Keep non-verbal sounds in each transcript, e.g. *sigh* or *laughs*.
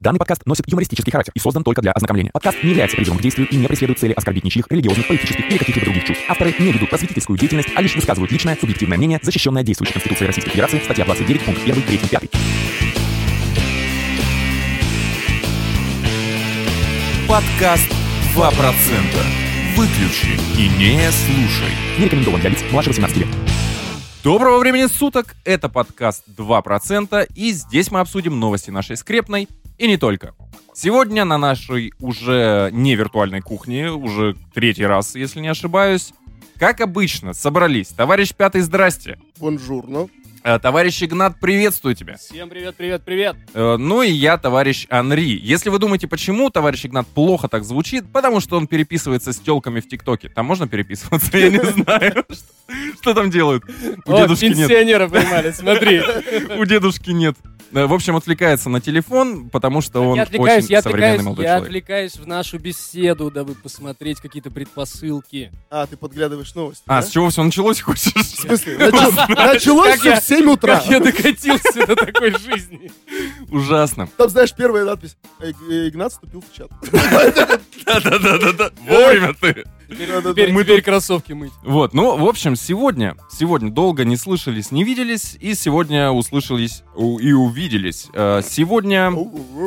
Данный подкаст носит юмористический характер и создан только для ознакомления. Подкаст не является призывом к действию и не преследует цели оскорбить ничьих религиозных, политических или каких-либо других чувств. Авторы не ведут просветительскую деятельность, а лишь высказывают личное, субъективное мнение, защищенное действующей Конституцией Российской Федерации, статья 29, пункт 1, 3, 5. Подкаст 2%. Выключи и не слушай. Не рекомендован для лиц младше 18 лет. Доброго времени суток, это подкаст 2%, и здесь мы обсудим новости нашей скрепной, и не только. Сегодня на нашей уже не виртуальной кухне, уже третий раз, если не ошибаюсь, как обычно, собрались товарищ Пятый, здрасте. Бонжурно. Э, Товарищ Игнат, приветствую тебя. Всем привет, привет, привет. Э, Ну и я, товарищ Анри. Если вы думаете, почему товарищ Игнат плохо так звучит, потому что он переписывается с телками в ТикТоке. Там можно переписываться? *laughs* Я не знаю. что- Что там делают? У О, дедушки нет. пенсионера поймали, смотри. У дедушки нет. Э, В общем, отвлекается на телефон, потому что *laughs* он Я отвлекаюсь, очень я современный отвлекаюсь, молодой я человек. отвлекаюсь в нашу беседу, дабы посмотреть какие-то предпосылки. А, ты подглядываешь новости, А, да? с чего все началось, *laughs* хочешь? В смысле? Начал- Началось *laughs* Как всё я- в 7 утра. Как я докатился до такой *laughs* жизни. Ужасно. Там, знаешь, первая надпись. «Э, э, Игнат вступил в чат. Да-да-да-да. Вовремя ты. Теперь, Мы теперь кроссовки мыть. Вот, ну, в общем, сегодня, сегодня долго не слышались, не виделись, и сегодня услышались у- и увиделись. Э, Сегодня...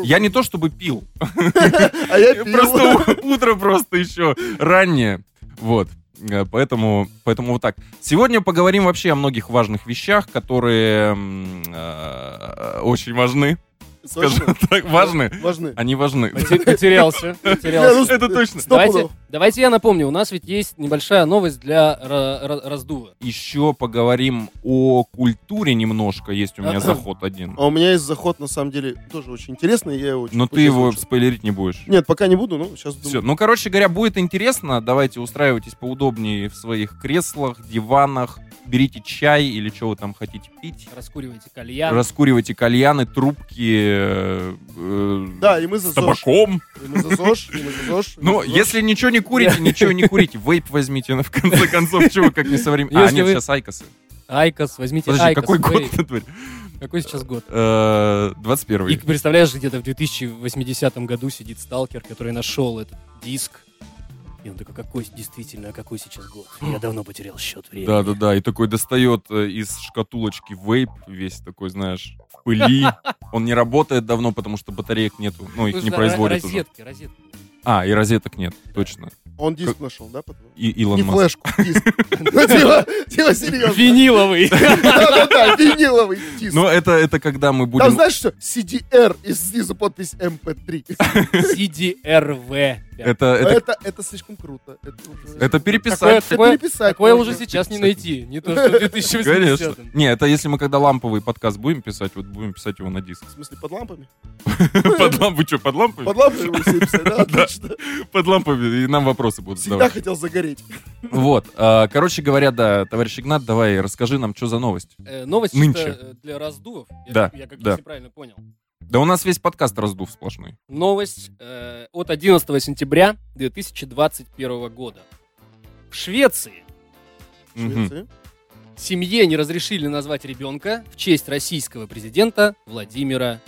Я не то чтобы пил, А я пил. просто у- утро просто еще раннее. Вот. Э, Поэтому, поэтому вот так. Сегодня поговорим вообще о многих важных вещах, которые м, э, очень важны. Скажу *laughs* Точно? так, важны. Важны. Они важны. Потер- Потерялся, Не, ну, *laughs* потерялся. с- Это точно. сто Давайте, пудов. давайте я напомню, у нас ведь есть небольшая новость для ра- ра- раздува. Еще поговорим о культуре немножко. Есть у меня заход один. А у меня есть заход, на самом деле, тоже очень интересный. Я его чуть Но ты позже его слушаю. спойлерить не будешь. Нет, пока не буду, но сейчас Все. думаю. Ну, короче говоря, будет интересно. Давайте устраивайтесь поудобнее в своих креслах, диванах. Берите чай или что вы там хотите пить. Раскуривайте кальян. Раскуривайте кальяны, трубки э, э, Да, и мы за с ЗОЖ. табаком. И мы за ЗОЖ, и мы за ЗОЖ. и мы Ну, за ЗОЖ. если ничего не курите, ничего не курите. Вейп возьмите, ну, в конце концов, чего как не современно. А, Если нет, вы- сейчас айкосы. Айкос, возьмите Подожди, Айкос. какой год Эй, это тварь? Какой сейчас год? Э, И 21 представляешь, где-то в 2080 году сидит сталкер, который нашел этот диск. И он такой, какой действительно, а какой сейчас *gasps* год? Я давно потерял счет времени. Да-да-да, и такой достает э, из шкатулочки вейп, весь такой, знаешь, в пыли. Он не работает давно, потому что батареек нету, ну, их Потому не что производят ро- уже. а Розетки, розетки. А, и розеток нет, точно. Он диск нашел, да, потом? И Илон Не Маск. флешку, *laughs* диск. *laughs* Ну, типа, типа, серьезно. Виниловый. Да-да-да, виниловый диск. Но Ну, это, это когда мы Там будем... знаешь что? CDR и снизу подпись *laughs* MP3. CDRV. Это, Это, это, А это, слишком круто. Это, уже- это Такое, переписать. такое, переписать такое можно. уже сейчас не найти. Не то, что в 2080 Конечно. Не, это если мы когда ламповый подкаст будем писать, вот будем писать его на *laughs* диск. В смысле, под лампами? Под лампой, что, под лампой? Под лампами мы все писали, *laughs* да, отлично. Под лампой, и нам вопросы будут Всегда задавать. хотел загореть. Вот, а, короче говоря, да, товарищ Игнат, давай, расскажи нам, что за новость. Э, Новость Нынче. чисто, э, для раздувов. Я- Да, Я как да. если правильно понял. Да у нас весь подкаст раздув сплошной. Новость э, от 11 сентября 2021 года. В Швеции Мгм. Швеции. семье не разрешили назвать ребенка в честь российского президента Владимира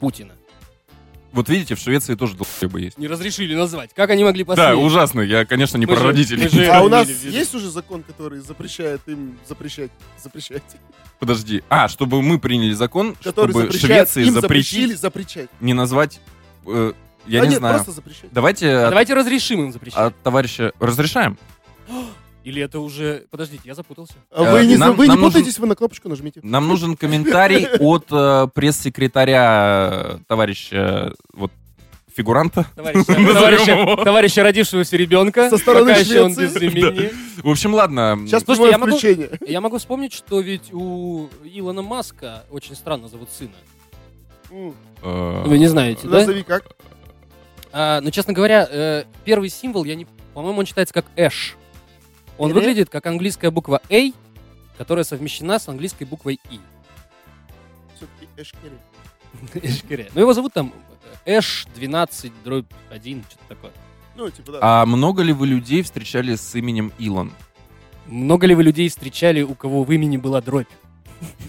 Путина. Вот видите, в Швеции тоже долбоебы есть. Не разрешили назвать. Как они могли Да, посмотреть? ужасно, я, конечно, не Мы про же- родителей. мы же- А у нас Видели, видели. есть уже закон, который запрещает им запрещать? Запрещать. *laughs* Подожди. А, чтобы мы приняли закон, Который чтобы запрещает, Швеции им запретить запрещили запрещать. не назвать... э, Я а не нет, знаю. просто запрещать. Давайте А от- Давайте разрешим им запрещать. от товарища... Разрешаем? Или это уже... Подождите, я запутался. А Э, Вы не, нам- вы не нам нужен- путайтесь, вы на кнопочку нажмите. Нам *laughs* нужен комментарий от э, пресс-секретаря э, товарища вот фигуранта. Товарища, *laughs* Назовем товарища, его. товарища родившегося ребенка. Со стороны пока еще он Швеции. без ремени. В общем, ладно. Сейчас прямое Слушайте, я могу- *laughs* включение. Я могу вспомнить, что ведь у Илона Маска очень странно зовут сына. М, э, Вы не знаете, да? Назови как. А, но, честно говоря, э, первый символ, я не... По-моему, он читается как Эш. Он Или? выглядит как английская буква A, которая совмещена с английской буквой И. *laughs* Всё-таки Эшкери. Эшкере. Ну, его зовут там э, Эш 12 дробь 1, что-то такое. Ну, типа, да. А много ли вы людей *laughs* встречали с именем Илон? Много ли вы людей встречали, у кого в имени была дробь?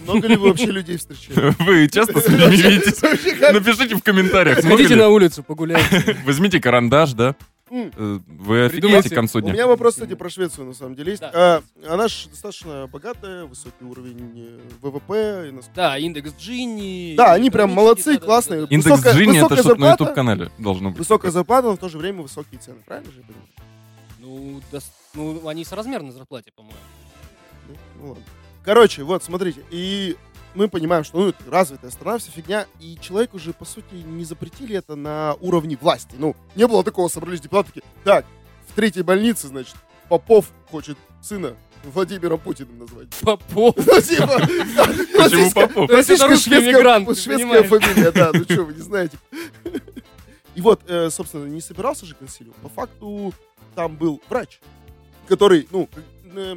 Много ли вы вообще людей встречаете? *laughs* Вы Ну, часто с людьми видитесь? *laughs* Вообще как? Напишите в комментариях. много ли- Сходите на улицу, погуляйте. *laughs* Возьмите карандаш, да? М. Э, Вы офигеете к Придумайте. концу У дня. меня вопрос, кстати, про Швецию, на самом деле, есть. Да. А, Она же достаточно богатая, высокий уровень э, ВВП. и нас- Да, индекс Джинни. Да, они прям молодцы, да-да-да. классные. Индекс Высокая- Джинни это высокая что-то на зарплата. YouTube-канале должно быть. Высокая зарплата, но в то же время высокие цены. Правильно же я понимаю? Ну, дос- ну, они соразмерны зарплате, по-моему. *laughs* Ну, ну ладно. Короче, вот, смотрите, и мы понимаем, что ну, это развитая страна, вся фигня, и человеку же, по сути, не запретили это на уровне власти. Ну, не было такого, собрались депутаты такие, так, в третьей больнице, значит, Попов хочет сына Владимира Путиным назвать. Попов. Ну, типа, Почему российская- Попов? Ну, это русский шведская- эмигрант, ты Шведская понимаешь? фамилия, да, ну что, вы *laughs* не знаете. И вот, э, собственно, не собирался же консилиум. По факту там был врач, который, ну, как, э,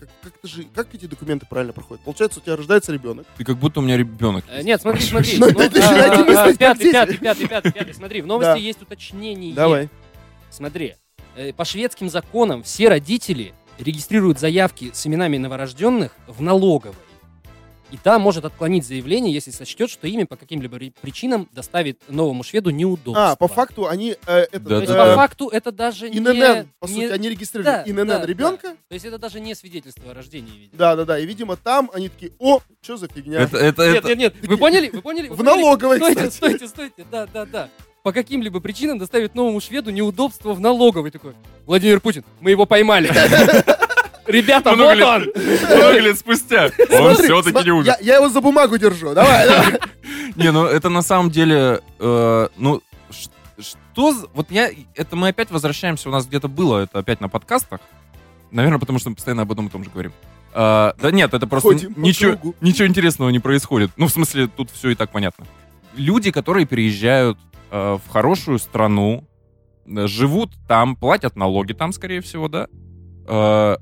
как, как-то же, как эти документы правильно проходят? Получается, у тебя рождается ребенок. Ты как будто у меня ребенок. Э, Нет, смотри, смотри. Ну, Ну, ты начинаете а, а, мыслить, как Пятый, дети. пятый, пятый, пятый, пятый. Смотри, в Да. новости есть уточнение. Смотри, э, по шведским законам все родители регистрируют заявки с именами новорожденных в налоговой. И та может отклонить заявление, если сочтет, что имя по каким-либо ри- причинам доставит новому шведу неудобство. А, по факту они, э, это, Да, То э, есть, да, да. по факту это даже не... ИНН, по не- сути, они регистрировали да, ИНН да, ребенка. То есть это даже не свидетельство о рождении. видимо. Да, да, да. И, видимо, там они такие, о, что за фигня? Это, это, Нет, это... нет, нет, вы поняли? Вы поняли? Вы В поняли? налоговой, Стойте, кстати. стойте, стойте, да, да, да. По каким-либо причинам доставит новому шведу неудобство в налоговой. Такой, Владимир Путин, мы *laughs* его поймали. Ребята, Много вот лет- он! Много лет спустя. Он Смотри, все-таки сма- не умер. Я, я его за бумагу держу, давай, *laughs* давай. Не, ну это на самом деле, э, ну ш- что, за- вот я, это мы опять возвращаемся, у нас где-то было это опять на подкастах, наверное, потому что мы постоянно об одном и том же говорим. А, да нет, это просто Ходим по ничего, кругу. ничего интересного не происходит. Ну в смысле тут все и так понятно. Люди, которые переезжают э, в хорошую страну, э, живут там, платят налоги там, скорее всего, да, Э,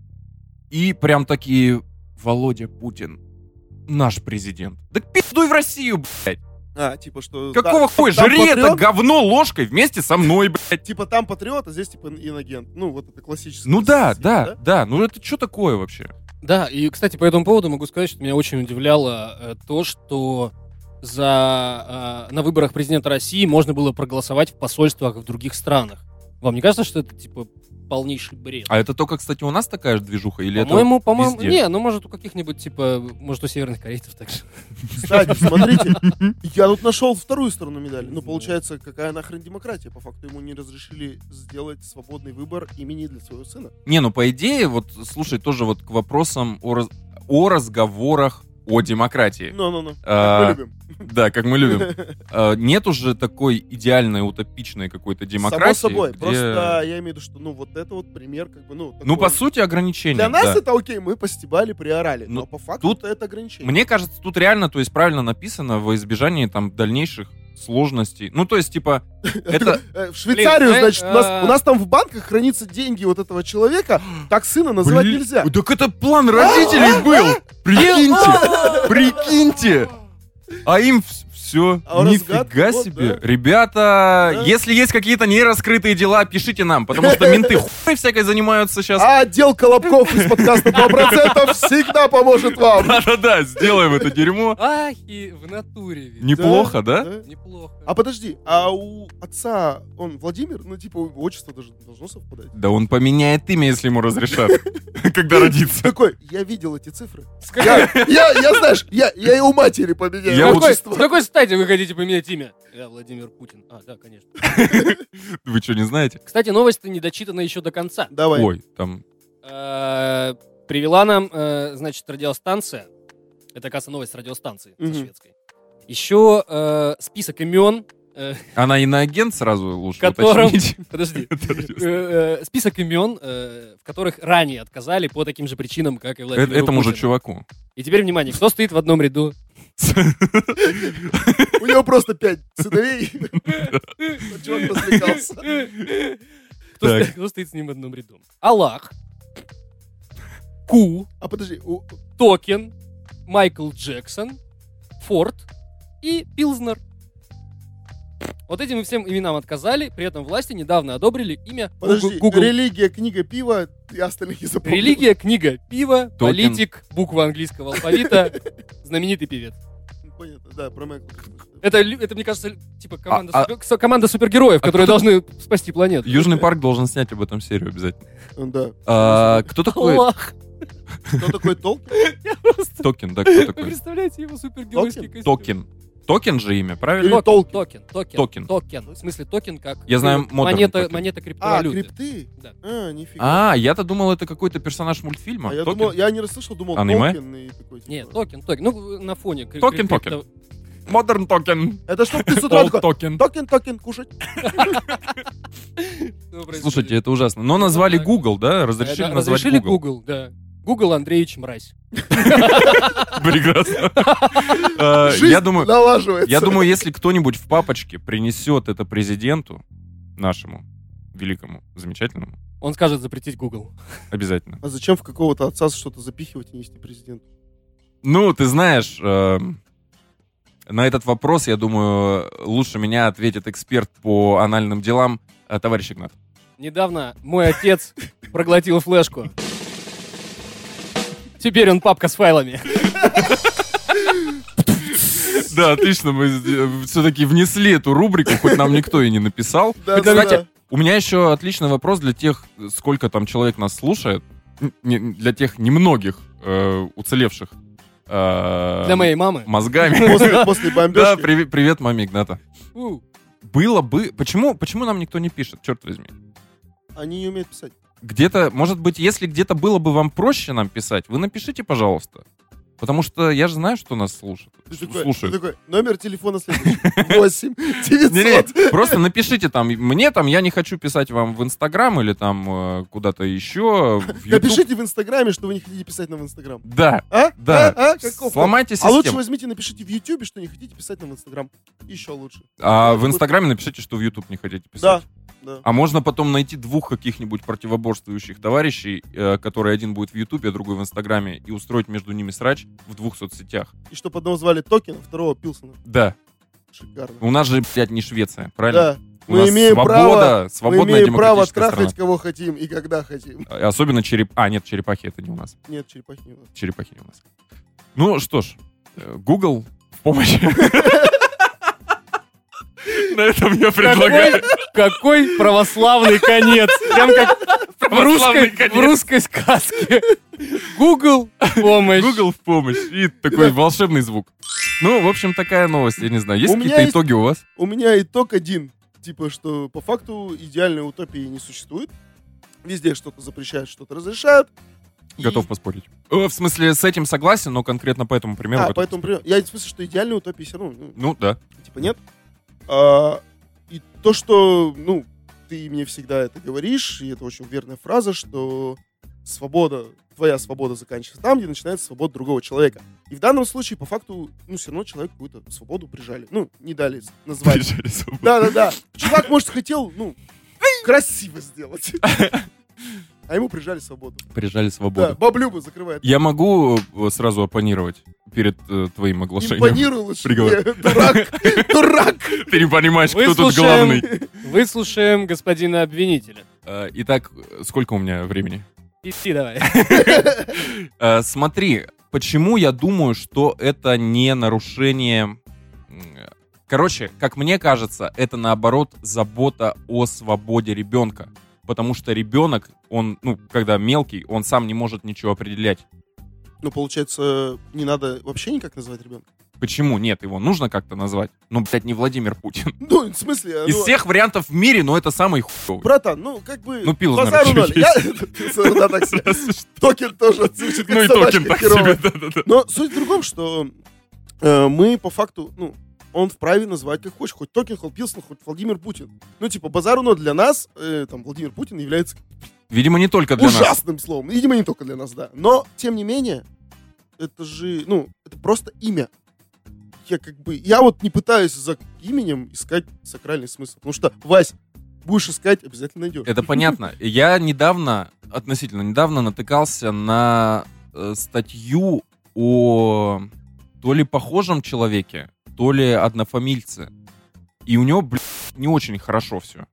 и прям такие Володя Путин, наш президент. Да пиздуй в Россию, блядь! А, типа, что... да, Какого хуя? там Жри это патриот? говно ложкой вместе со мной, блядь. Типа там патриот, а здесь типа инагент. Ну, вот это классический. Ну да, стиль, да, да. Ну это что такое вообще? Да, и, кстати, по этому поводу могу сказать, что меня очень удивляло э, то, что за, э, на выборах президента России можно было проголосовать в посольствах в других странах. Вам не кажется, что это, типа, полнейший бред? А это только, кстати, у нас такая же движуха? Или это... по-моему, по-моему, везде? не, ну может у каких-нибудь типа, может у северных корейцев так же. Кстати, *laughs* смотрите, я тут нашел вторую сторону медали. Ну, получается, какая нахрен демократия? По факту ему не разрешили сделать свободный выбор имени для своего сына. Не, ну по идее, вот, слушай, тоже вот к вопросам о, раз- о разговорах о демократии. Ну-ну-ну. А, Мы любим. Да, как мы *laughs* любим. Э, Нет уже такой идеальной, утопичной какой-то демократии. Само собой. где- Просто я имею в виду, что ну вот это вот пример, как бы, ну... Ну, такой- по сути, ограничения. Для да. нас это окей, мы постебали, приорали. Ну, Но по факту тут это ограничение. Мне кажется, тут реально, то есть правильно написано во избежание там дальнейших сложностей. Ну, то есть, *laughs* типа, это... Э, В Швейцарию, Блин, э, значит, у нас, э, у нас там в банках хранятся деньги вот этого *gasps* человека, так сына называть Блин, нельзя. А, Так это план родителей был! Прикиньте! Прикиньте! А им все. А он Нифига разгад, вот, себе. да. Ребята, Да. если есть какие-то нераскрытые дела, пишите нам, потому что менты хуй всякой занимаются сейчас. А отдел Колобков из подкаста 2% всегда поможет вам. Да-да-да, сделаем это дерьмо. Ахи, в натуре. ведь. Неплохо, да? Да. Неплохо. А подожди, а у отца он Владимир? Ну, типа, его отчество даже должно совпадать. Да он поменяет имя, если ему разрешат, *laughs* когда родится. Такой, я видел эти цифры. Я, я, я, знаешь, я, я и у матери поменяю Я Какой- отчество. В какой стадии вы хотите поменять имя? Я Владимир Путин. А, да, конечно. Вы что, не знаете? Кстати, новость-то не дочитана еще до конца. Давай. Ой, там... Э, Привела нам, э, значит, радиостанция. Это, оказывается, новость радиостанции со Мгм. шведской. Еще э, список имен, э, Она иноагент сразу лучше которым... уточнить. *laughs* *laughs* Подожди. Это- Э, э, Список имен, э, в которых ранее отказали по таким же причинам, как и Э, Владимир Этому же чуваку. И теперь, внимание, кто стоит в одном *laughs* ряду? У него просто пять сыновей. *laughs* Вот Чувак развлекался. Кто, Так. стоит, кто стоит с ним в одном ряду? Аллах, Ку, А подожди, у- Токен, Майкл Джексон, Форд и Пилзнер. Вот этим всем именам отказали, при этом власти недавно одобрили имя Подожди, Гу- Google. религия, книга, пиво, и остальных не запомнил. Религия, книга, пиво, политик, буква английского алфавита, знаменитый певец. Понятно, да, про Майкла. Это, лю- это мне кажется, лю- типа команда, А- а- супер- со- команда супергероев, которые должны спасти планету. *laughs* Южный парк должен снять об этом серию обязательно. Да. А, кто такой Аллах. Кто такой толк? Токен? Да, *laughs* кто Вы такой? представляете его супергеройский костюм? Токен. Токен же имя, правильно? Или Токен. Толкин. Токен. Токен. Токен. Токен. В смысле токен как... э, Я знаю модерн Монета, токен. монета А, криптовалюты. крипты? Да. А, нифига. А, я-то думал, это какой-то персонаж мультфильма. А я Токен? думал, я не расслышал, думал Аниме? Толкин и такой. типа. Нет, токен, токен. Ну, на фоне. кри- Токен, крипто- токен. Модерн токен. Это что ты с утра Олд такой, токен. Токен, токен, кушать. *laughs* Доброе Слушайте, здоровье. это ужасно. Но назвали так. Google, да? Разрешили Да, назвать разрешили Google. Google, да. Google Андреевич Мразь. *laughs* Прекрасно. Э, Жизнь Я думаю, налаживается. я думаю, если кто-нибудь в папочке принесет это президенту нашему великому, замечательному, Он скажет запретить Google. обязательно. А зачем в какого-то отца что-то запихивать и нести президенту? Ну, ты знаешь, эм, на этот вопрос, я думаю, лучше меня ответит эксперт по анальным делам, э, товарищ Игнат. Недавно мой отец проглотил флешку. Теперь он папка с файлами. *laughs* Да, отлично, мы все-таки внесли эту рубрику, хоть нам никто и не написал. Да, Кстати, У меня еще отличный вопрос для тех, сколько там человек нас слушает, Н- не- для тех немногих э, уцелевших. э, Для моей мамы. *laughs* Мозгами. *laughs* После, после Да, бомбежки. привет, привет, маме Игната. У, Было бы... Почему, почему нам никто не пишет, черт возьми? Они не умеют писать. Где-то, может быть, если где-то было бы вам проще нам писать, вы напишите, пожалуйста. Потому что я же знаю, что нас *laughs* слушают. Ты такой- Слушают. ты такой, номер телефона следующий. *laughs* 8 900. Не-не, Просто напишите там, мне там, я не хочу писать вам в Инстаграм или там э, куда-то еще, в *laughs* YouTube. Напишите в Инстаграме, что вы не хотите писать нам в Инстаграм. Да, А? да. А? А? Каков? Сломайте А лучше систему. возьмите, напишите в Ютубе, что не хотите писать нам в Инстаграм. Еще лучше. А в Инстаграме напишите, что в YouTube не хотите Да. писать. Да. А можно потом найти двух каких-нибудь противоборствующих товарищей, э, которые один будет в Ютубе, а другой в Инстаграме, и устроить между ними срач в двух соцсетях. И чтобы одного звали Токена, второго Пилсона. Да. Шикарно. У нас же, блядь, не Швеция, правильно? Да. Ну, У Мы нас имеем право, свобода, мы свободная имеем право демократическая трахать, кого хотим и когда хотим. *laughs* страна. Особенно череп... А, нет, черепахи это не у нас. Нет, черепахи не надо. черепахи не у нас. Ну что ж, э, Google в помощь. *laughs* На этом я Какой, какой православный конец. Прям как *laughs* в Православный русской, конец. в русской сказке. Google помощь. Google в помощь. И такой волшебный звук. Ну, в общем, такая новость. Я не знаю, есть У меня какие-то есть- итоги у вас? У меня итог один. Типа, что по факту идеальной утопии не существует. Везде что-то запрещают, что-то разрешают. И- Готов поспорить. Э, В смысле, с этим согласен, но конкретно по этому примеру. А, готов поэтому поспорить. при- я в смысле, что идеальной утопии все равно ну, Ну, да. типа нет. А, и то, что, ну, ты мне всегда это говоришь, и это очень верная фраза, что свобода, твоя свобода заканчивается там, где начинается свобода другого человека. И в данном случае, по факту, ну, все равно человеку какую-то свободу прижали. Ну, не дали с- назвать. Приезжали с *laughs* собой. Да-да-да. Чувак, может, хотел, ну, красиво сделать. А ему прижали свободу. Приезжали Да, свободу. баблюба закрывает. Я могу э, сразу оппонировать перед э, твоим оглашением? Импонируй лучше. Приговор. мне, Дурак. Дурак. *laughs* Ты не понимаешь, Вы кто тут слушаем. главный. Выслушаем господина обвинителя. Э, Итак, э, сколько у меня времени? Пи давай. Э, смотри, почему я думаю, что это не нарушение... м, Короче, как мне кажется, это наоборот забота о свободе ребенка. Потому что ребенок, он, ну, когда мелкий, он сам не может ничего определять. Ну, получается, не надо вообще никак называть ребенка. Почему? Нет, его нужно как-то назвать. Ну, блядь, не Владимир Путин. Ну, в смысле? Из ну, всех вариантов в мире, но это самый хуёвый. Братан, ну, как бы... Ну, пил, базару наверное, ноль. Я- *laughs* Пилснер, да, так *laughs* себе. Токен тоже звучит, как Ну и собачка токен так херовая. себе, да-да-да. Но суть в другом, что э, мы по факту, ну, он вправе называть как хочешь, хоть Токен, хоть Пилсон, хоть Владимир Путин. Ну, типа, базару, но для нас, э, там, Владимир Путин является Видимо, не только А для нас. ужасным словом. Видимо, не только для нас, да. Но, тем не менее, это же, ну, это просто имя. Я как бы, я вот не пытаюсь за именем искать сакральный смысл. Потому что, Вась, будешь искать, обязательно найдешь. Это понятно. Я недавно, относительно недавно, натыкался на э, статью о то ли похожем человеке, то ли однофамильце. И у него, блядь, не очень хорошо все.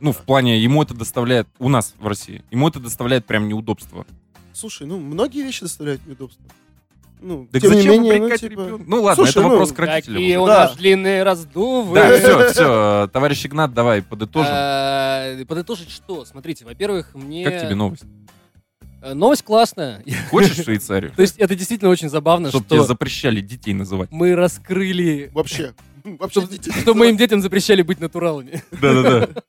Ну, в плане, ему это доставляет, у нас в России, ему это доставляет прям неудобство. Слушай, ну многие вещи доставляют неудобства. Ну, Так тем не зачем менее, ну, упрекать типа, ребёнка? Ну ладно, Слушай, это ну, вопрос к родителям. Какие уже. у Да. нас длинные раздувы. Да, все, все, товарищ Игнат, давай, подытожим. Э, Подытожить что? Смотрите, во-первых, мне... Как тебе новость? Э, Новость классная. *laughs* Хочешь в Швейцарию? То есть это действительно очень забавно, Чтобы тебе что запрещали детей *laughs* называть. мы раскрыли... Вообще. *laughs* Вообще Что, дети. что мы им детям запрещали быть натуралами. *laughs* Да-да-да.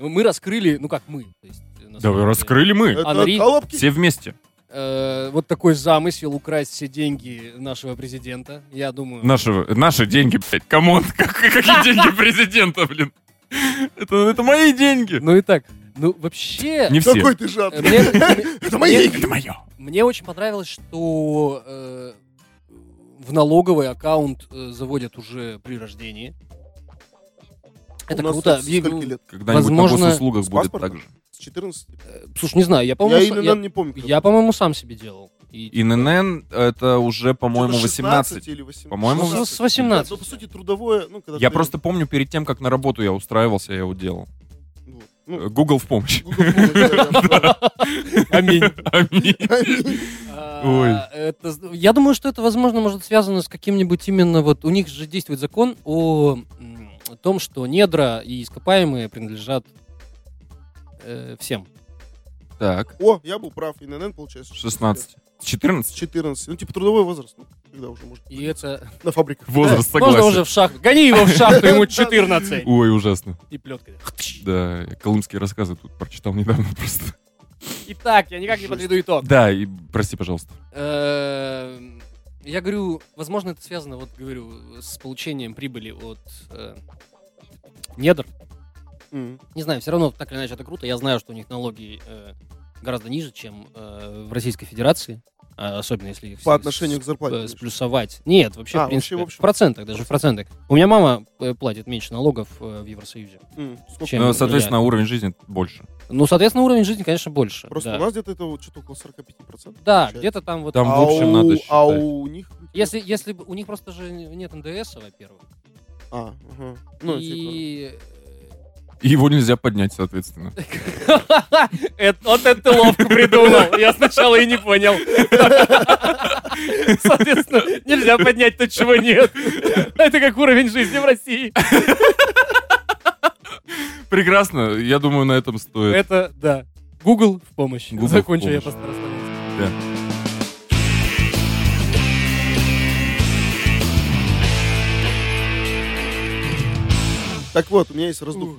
Мы раскрыли, ну как мы. то есть, э, на Да, самом вы деле, раскрыли мы. *laughs* Это Анри. колобки. Все вместе. э, Вот такой замысел украсть все деньги нашего президента. Я думаю... Наши, наши деньги, блядь, камон, *laughs* как- какие деньги президента, блин? Это, это мои деньги. Ну и так, ну вообще... Не все. Какой ты э, жадный. мне- мне- Это мои деньги. Это мое. Мне очень понравилось, что э, в налоговый аккаунт э, заводят уже при рождении. Это У нас круто. со И, ну, скольки лет? Когда-нибудь Возможно, на госуслугах с будет паспортом? так же. С 14. э, Слушай, не знаю, я, Я по-моему, именно са- я, не помню. как я, по-моему, сам себе делал. И- ННН это уже, Что-то по-моему, 16 18. Типа или 18. По-моему, Ну, с 18. Ну, по сути, трудовое... Ну, когда Я ты- просто помню, перед тем, как на работу я устраивался, я его делал. Ну, Э, ну, Google в помощь. Google Forms, да, да. Аминь. *laughs* Аминь. А, это з- Я думаю, что это, возможно, может связано с каким-нибудь именно вот... У них же действует закон о м, о том, что недра и ископаемые принадлежат э, всем. Так, *laughs* О, я был прав. ИНН, получается, 16. С 14? 14. Ну, типа, трудовой возраст. Ну, когда уже, может, И это... на фабриках. Возраст Можно уже согласен. в шахту. Гони его в *laughs* шахту, ему 14. Ой, ужасно. И плеткой. Да, я колымские рассказы тут прочитал недавно *laughs* просто. Итак, я никак не подведу итог. Да, и прости, пожалуйста. Эм, Я говорю, возможно, это связано, вот говорю, с получением прибыли от э, недр. Мгм. Не знаю, все равно так или иначе это круто. Я знаю, что у них налоги э, гораздо ниже, чем э, в Российской Федерации. А Особенно если их По с- отношению к зарплате, э, конечно. Сплюсовать. Нет, вообще, А, в принципе, вообще, в общем. в процентах, даже в процентах. У меня мама э, платит меньше налогов э, в Евросоюзе. Мгм. Сколько? Чем- Ну, соответственно, уровень жизни больше. Ну, соответственно, уровень жизни, конечно, больше. Просто да. у нас где-то это вот что-то около 45%. Да, получается. где-то там вот... Там, а в общем, у, надо А считать. у них... Если, если бы- у них просто же нет НДС, во-первых. А, ага. Ну, типа... и... *laughs* И его нельзя поднять, *laughs* соответственно. Это- Вот это ты ловко придумал. Я сначала и не понял. *laughs* Соответственно, нельзя поднять то, чего нет. *laughs* Это как уровень жизни в России. Прекрасно. Я думаю, на этом стоит. Это, да. Google в помощь. Google в Закончу я помощь. просто расставлю. типа, Так вот, у меня есть раздув. Ух.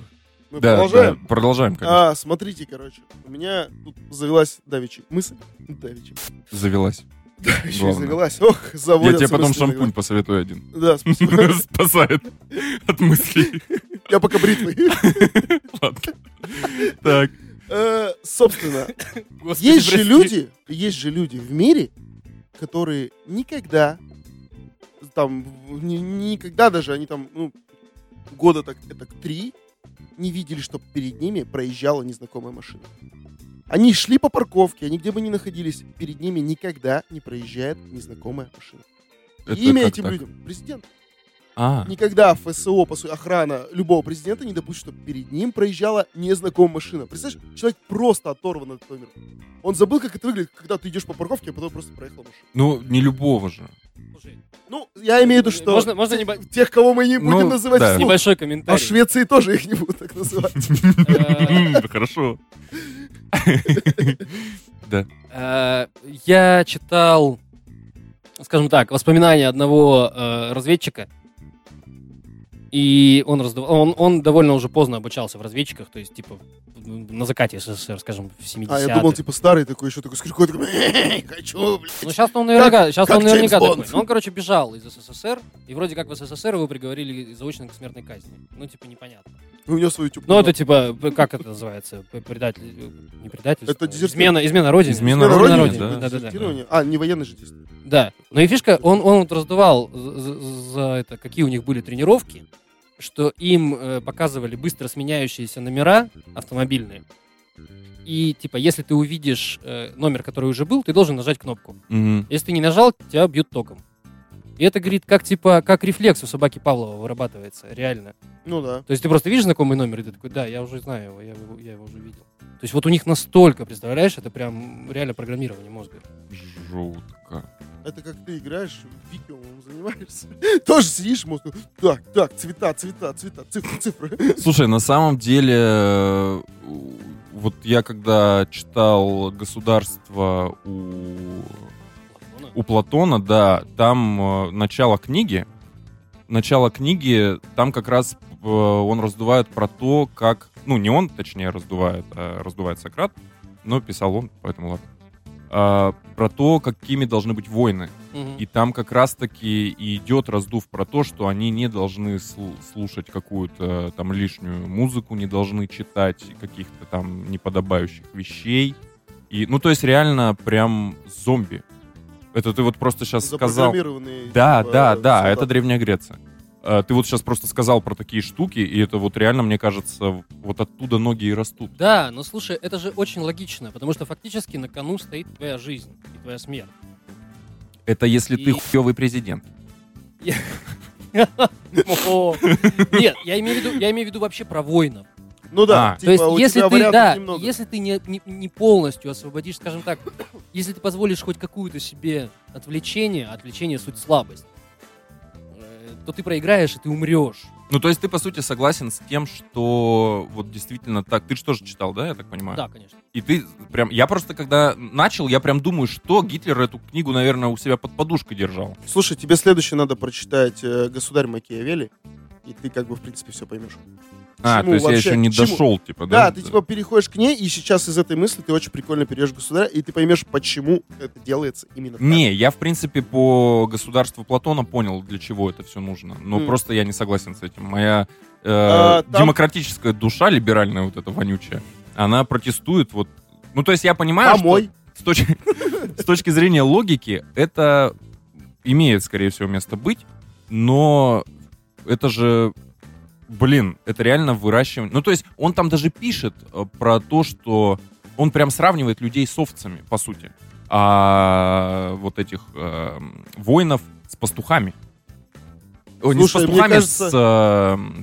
Мы Да, продолжаем. да, продолжаем, конечно. А, смотрите, короче, у меня тут завелась давичи мысль. Давичи. Завелась. Да, еще и Главное. завелась. Ох, Я заводятся тебе потом мысли шампунь иногда. посоветую *laughs* один. *laughs* Да, спасибо. Спасает от мыслей. Я пока бритвый. Ладно. Так. Э, Собственно, Господи, есть же прости. люди, есть же люди в мире, которые никогда, там, ни- никогда даже, они там, ну, года так, это три, не видели, что перед ними проезжала незнакомая машина. Они шли по парковке, они где бы ни находились, перед ними никогда не проезжает незнакомая машина. Это Имя как этим так? людям президент. А, Никогда ФСО, по сути, охрана любого президента не допустит, чтобы перед ним проезжала незнакомая машина. Представляешь, человек просто оторван от этого мира. Он забыл, как это выглядит, когда ты идешь по парковке, а потом просто проехала машина. ну не любого же. *laughs* Слушай, Ну, я имею в виду, что Можно- можно не бо- тех, кого мы не будем Ну, называть да. вслух, Небольшой а в комментарий. Швеции тоже их не будут так *laughs* называть. *laughs* Э, Хорошо. Э, Я читал, скажем так, воспоминания одного э, разведчика. И он, раздав- он, он довольно уже поздно обучался в разведчиках, то есть, типа, на закате СССР, скажем, в 70-е. А я думал, типа, старый такой, еще такой с крюкой, такой, «Эй, хочу, блядь. Ну, сейчас он наверняка, сейчас как он наверняка Джеймс такой. Бонд. Но он, короче, бежал из СССР, и вроде как в СССР его приговорили заочно к смертной казни. Ну, типа, непонятно. У него свою тюбку. Ну, это, типа, п- как это называется? П- Предатель... э, Не предательство. Это дезертир. измена, измена родине. Измена родине, да. Да-да-да. А, не военный же действие. Да. Но и фишка, он, он вот раздувал за, за- за это, какие у них были тренировки, что им э, показывали быстро сменяющиеся номера автомобильные. И типа, если ты увидишь э, номер, который уже был, ты должен нажать кнопку. Мгм. Если ты не нажал, тебя бьют током. И это, говорит, как типа, как рефлекс у собаки Павлова вырабатывается, реально. Ну да. То есть ты просто видишь знакомый номер, и ты такой, да, я уже знаю его, я его, я его уже видел. То есть вот у них настолько, представляешь, это прям реально программирование мозга. Жутко. Это как ты играешь, викиумом *laughs* занимаешься. Тоже сидишь, мозг, так, так, цвета, цвета, цвета, цифры, *laughs* цифры. Слушай, на самом деле, э, вот я когда читал «Государство» у, Ладно. у Платона, да, там э, начало книги, начало книги, там как раз э, он раздувает про то, как, ну не он, точнее, раздувает, а раздувает Сократ, но писал он, поэтому ладно. А, про то, какими должны быть войны. Мгм. И там как раз-таки и идет раздув про то, что они не должны слу- слушать какую-то там лишнюю музыку, не должны читать каких-то там неподобающих вещей. И, ну, то есть реально прям зомби. Это ты вот просто сейчас сказал. Запрограммированные, Да, типа, да, да, это солдаты. Древняя Греция. Э, Ты вот сейчас просто сказал про такие штуки, и это вот реально, мне кажется, вот оттуда ноги и растут. Да, но слушай, это же очень логично, потому что фактически на кону стоит твоя жизнь и твоя смерть. *laughs* Это если И- ты хуёвый президент. О, Нет, я имею в виду, я имею в виду вообще про воинов. Ну да, А. То типа, есть, у если тебя ты, вариантов да, немного. если ты не, не- не полностью освободишь, скажем так, *coughs* если ты позволишь хоть какую-то себе отвлечение, а отвлечение суть слабость, э, то ты проиграешь и ты умрешь. Ну, то есть ты, по сути, согласен с тем, что вот действительно так... Ты же тоже читал, да, я так понимаю? Да, конечно. И ты прям... Я просто, когда начал, я прям думаю, что Гитлер эту книгу, наверное, у себя под подушкой держал. Слушай, тебе следующее надо прочитать э, «Государь Макиавелли», и ты как бы, в принципе, все поймешь. а, то Чему есть я вообще? еще не К чему? дошел, типа, да? Да, ты типа переходишь к ней, и сейчас из этой мысли ты очень прикольно перейдешь к государя, и ты поймешь, почему это делается именно так. Не, я, в принципе, по государству Платона понял, для чего это все нужно. Но М. просто я не согласен с этим. Моя э, А, там- демократическая душа, либеральная вот эта вонючая, она протестует вот... Ну, то есть я понимаю, что... Помой. с точки, *laughs* с точки зрения логики, это имеет, скорее всего, место быть, но это же, блин, это реально выращивание. Ну, то есть он там даже пишет э, про то, что он прям сравнивает людей с овцами, по сути, а вот этих э, воинов с пастухами. О, не с Слушай, мне пастухами, кажется- с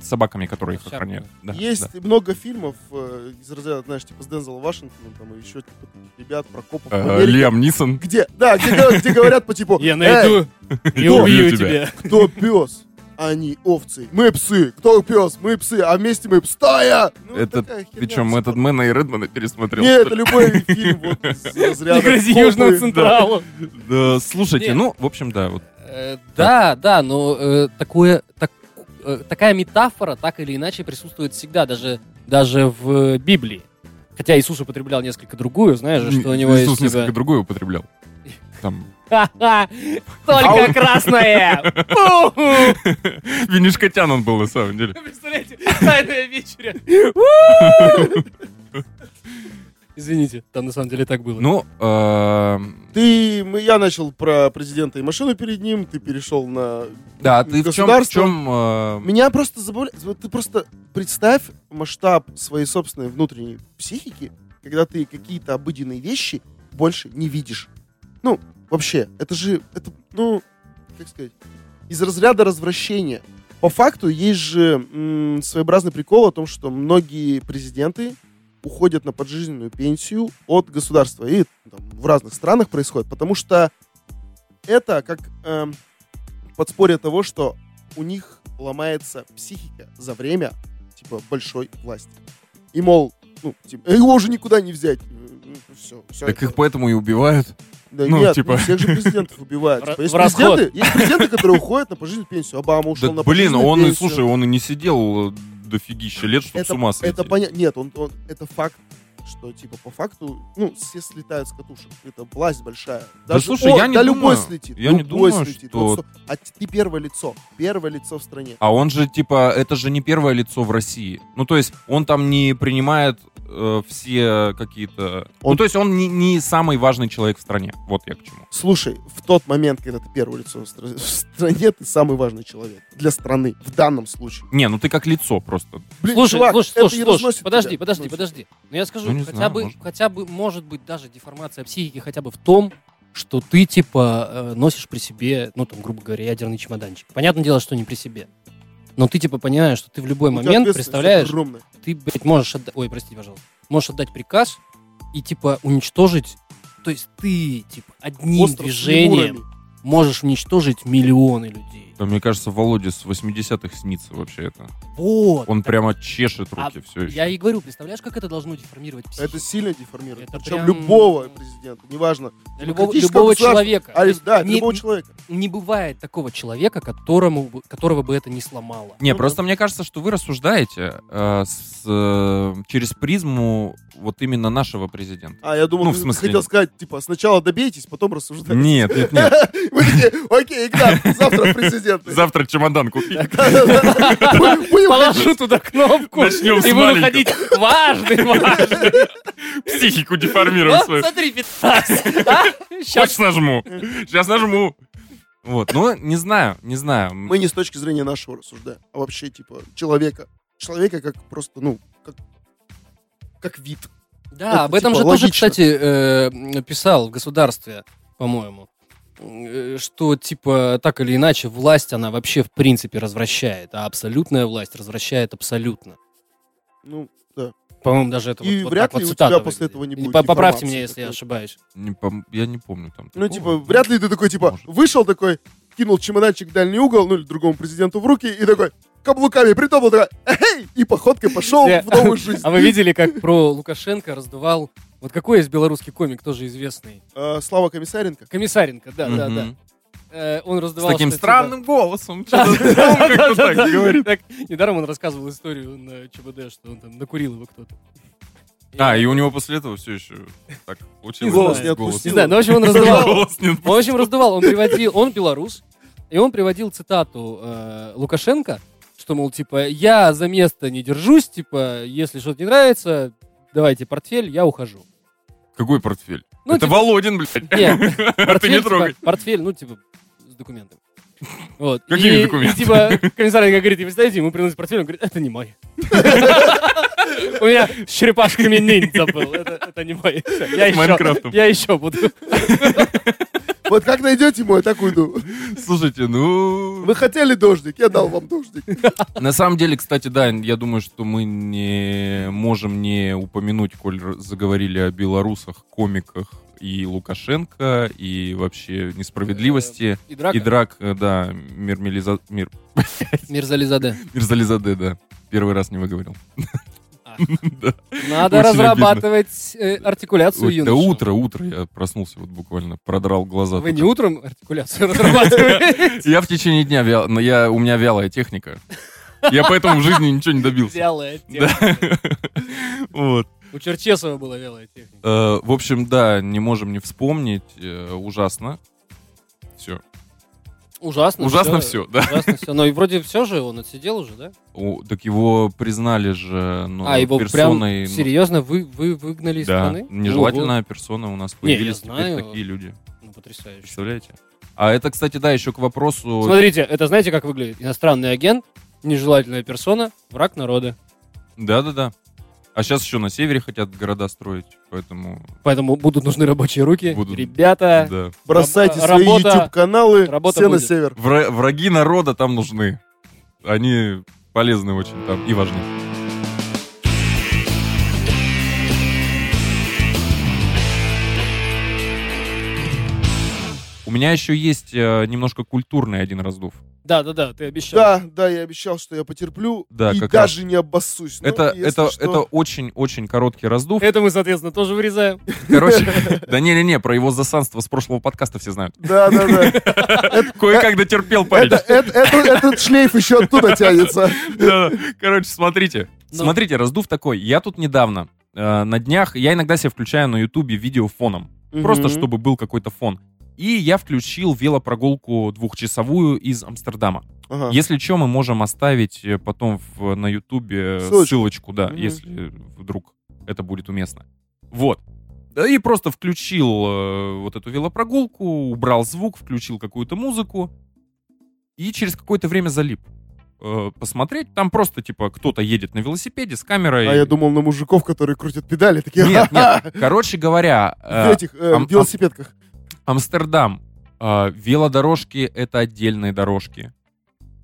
э, собаками, которые их Овчарками. охраняют. Да, Есть да. много фильмов э, из разряда, знаешь, типа с Дензелом Вашингтоном, там и еще типа, таких ребят про копов. в Э, Америке. Лиам Нисон. Где? Да, где, говор- где говорят по типу «Эй, и кто? убью Убью тебя. кто пес? Они овцы. Мы псы. Кто пес? Мы псы. А вместе мы псы. Стоя! Ну, Это такая херня Причем до сих этот пор. Мэна и Редмана пересмотрел. Не, это любой фильм вот из разряда. Не грози копы. Южному Централу. Да, слушайте, Нет. ну, в общем, да, вот. Э, Да, да, но э, такое, так- э, такая метафора так или иначе присутствует всегда, даже, даже в э, Библии. Хотя Иисус употреблял несколько другую, знаешь, же, что у него Иисус есть... типа- несколько другой *laughs* употреблял. Там *laughs* Ха-ха! Только красное! *laughs* Пу! Винишкотян он был, на самом деле. Представляете, *laughs* тайная вечеря. Извините, там на самом деле так было. Ну, эм, Ты, мы- я начал про президента и машину перед ним, ты перешел на... да, а ты в чем... В Государство. чем э, Меня просто забавляет... вот Ты просто представь масштаб своей собственной внутренней психики, когда ты какие-то обыденные вещи больше не видишь. Ну, вообще, это же... Это, ну, как сказать... Из разряда развращения. По факту есть же м, своеобразный прикол о том, что многие президенты уходят на поджизненную пенсию от государства. И там в разных странах происходит, потому что это как эм, подспорье того, что у них ломается психика за время, типа, большой власти. И, мол, ну, типа, его уже никуда не взять. ну, Все, все. так их поэтому и убивают. Да ну, нет, типа- ну, всех *laughs* же президентов убивают. В ра- Типа, есть, в расход. президенты, есть президенты, которые уходят на пожизненную пенсию. Обама ушел Да, на блин, пожизненную он и, пенсию. слушай, он и не сидел э, дофигища лет, чтобы это, с ума сойти. это понятно. Нет, он, он- это факт, что, типа, по факту, ну, все слетают с катушек. Это власть большая. Да слушай, о, я не да думаю- любой слетит. я не любой думаю, слетит. что- Вот а т- ты первое лицо. Первое лицо в стране. А он же, типа, это же не первое лицо в России. Ну, то есть, он там не принимает э, все какие-то... Ну, Он- то есть, он не, не самый важный человек в стране. Вот я к чему. Слушай, в тот момент, когда ты первое лицо в стра- в стране, ты самый важный человек для страны. В данном случае. Не, ну ты как лицо просто. Блин, слушай, чувак, слушай, это слушай, не слушай, разносит подожди, тебя. подожди, Ну, подожди. Но я скажу, Ну, не хотя знаю, бы, может. хотя бы, может быть, даже деформация психики хотя бы в том, что ты, типа, э, носишь при себе, ну, там, грубо говоря, ядерный чемоданчик. Понятное дело, что не при себе. Но ты, типа, понимаешь, что ты в любой У тебя момент, ответственность представляешь, огромная. ты, блядь, можешь отдать... Ой, простите, пожалуйста. Можешь отдать приказ и, типа, уничтожить... То есть ты, типа, одним Остров с движением лемурами. можешь уничтожить миллионы людей. Да, А мне кажется, Володе с 80-х снится вообще это. Вот. Он Так прямо чешет руки А, все еще. Я и говорю, представляешь, как это должно деформировать психику? Это сильно деформирует. Это Причем прям- любого президента, неважно. Да любого, демократического любого государства. человека. А, То есть да, не, любого человека. не бывает такого человека, которому, бы- которого бы это не сломало. Не, Ну, просто да. мне кажется, что вы рассуждаете э, с, э, через призму вот именно нашего президента. А, я думал, Ну, в ты смысле- хотел сказать, типа, сначала добейтесь, потом рассуждайте. Нет, нет, нет. *laughs* Вы такие, окей, Игнат, завтра *laughs* президент. Завтра чемодан купи. *laughs* Положу туда кнопку, Начнем с и вы маленького. выходите. *laughs* Важный, важный. Психику деформируем Вот, смотри, 15. а? Щас. Сейчас нажму. Сейчас нажму. Вот, ну, не знаю, не знаю. Мы не с точки зрения нашего рассуждаем, а вообще, типа, человека. Человека как просто, ну, как как вид. Да, об этом типа же тоже, логично. кстати, э, писал в государстве, по-моему, э, что, типа, так или иначе, власть, она вообще, в принципе, развращает, а абсолютная власть развращает абсолютно. Ну, По-моему, даже это И вот, вряд так вот ли у цитата тебя после выглядит. этого не Или будет по- Поправьте информации меня, если я какой-то. ошибаюсь. Не пом- Я не помню там такого. ну типа, вряд ли ты такой, типа, Может. вышел такой, кинул чемоданчик в дальний угол, ну, или другому президенту в руки, и такой, каблуками притопал, такой, «Эхей!» и походкой пошел Э, в новую жизнь. *laughs* А вы видели, как про Лукашенко раздувал... Вот какой есть белорусский комик, тоже известный? Э, Слава Комиссаренко. Комиссаренко, да, Мгм. да, да. Э, Он С раздувал... таким что, типа, странным голосом. Да, Чё-то да, он как-то *laughs* да, так да. говорит. Так, Недаром он рассказывал историю на ЧБД, что он там накурил его кто-то. А, и у него после этого все еще так получилось. Голос не Не отпустил. знаю, ну, в общем, он раздувал. Голос не Он, в общем, раздувал. Он приводил... Он белорус, и он приводил цитату э, Лукашенко, что, мол, типа, я за место не держусь, типа, если что-то не нравится, давайте портфель, я ухожу. Какой портфель? Ну, это типа- Володин, блядь. *laughs* Нет, Ты не портфель, трогай. типа, портфель, ну, типа, с документами. Вот. Какими И- документами? И, типа, комиссар говорит, и представляете, ему приносит портфель, он говорит, это не мой. *laughs* У меня с черепашками ниндзя был, это это не мой. Всё, Я еще, Майнкрафтом. я еще буду. Вот как найдете мой, так уйду. Слушайте, ну... Вы хотели дождик, я дал вам дождик. На самом деле, кстати, да, я думаю, что мы не можем не упомянуть, коль р- заговорили о белорусах, комиках и Лукашенко, и вообще несправедливости. И И драка. драк, э, да, Мирмелиза... Мир... Мирзализаде. Мирзализаде, да. Первый раз не выговорил. А. Да. Надо Очень обидно. разрабатывать э, артикуляцию Ой, Да юноша. утро, утро, я проснулся вот буквально, продрал глаза. Вы не утром артикуляцию *laughs* разрабатываете? *laughs* Я в течение дня вял, но я, у меня вялая техника. Я поэтому в жизни ничего не добился. Вялая техника. Вот. У Черчесова была вялая техника. Э, В общем, да, не можем не вспомнить. э, Ужасно. Все. Ужасно. Ужасно все, да. Ужасно все. Но и вроде все же он отсидел уже, да? О, так его признали же ну, а, его персоной. ну, прям серьезно вы, вы выгнали из да, страны? нежелательная персона у нас Не, я появились теперь знаю. такие люди. Ого. Ну, потрясающе. Представляете? А это, кстати, да, еще к вопросу. Смотрите, это знаете, как выглядит? Иностранный агент, нежелательная персона, враг народа. Да, да, да. А сейчас еще на севере хотят города строить, поэтому. Поэтому будут нужны рабочие руки. Будут. Ребята, да. Бросайте Раб- свои работа- YouTube-каналы, работа все на будет. север. Вра- враги народа там нужны. Они полезны очень там и важны. У меня еще есть э, немножко культурный один раздув. да-да-да, ты обещал. Да, да, я обещал, что я потерплю Да, и как даже не обоссусь. Ну, это, если это, что, это очень-очень короткий раздув. Это мы, соответственно, тоже вырезаем. Короче, *laughs* да не-не-не, про его засанство с прошлого подкаста все знают. Да, да, да. Кое-как дотерпел парень. Это- это- это- Этот шлейф еще оттуда тянется. Да, Короче, смотрите. Ну. Смотрите, раздув такой. Я тут недавно, э, на днях, я иногда себе включаю на Ютубе видео фоном. Просто Мгм. чтобы был какой-то фон. И я включил велопрогулку двухчасовую из Амстердама. Ага. Если что, мы можем оставить э, потом в- на Ютубе э, ссылочку, Ссылочку. да, Мгм. если э, вдруг это будет уместно. Вот. Да И просто включил э, вот эту велопрогулку, убрал звук, включил какую-то музыку и через какое-то время залип. Э, Посмотреть, там просто типа кто-то едет на велосипеде с камерой. А я думал на *laughs* мужиков, которые крутят педали, такие Нет, нет. Короче говоря, в э, этих э, ам- велосипедках. Амстердам. А, велодорожки — это отдельные дорожки.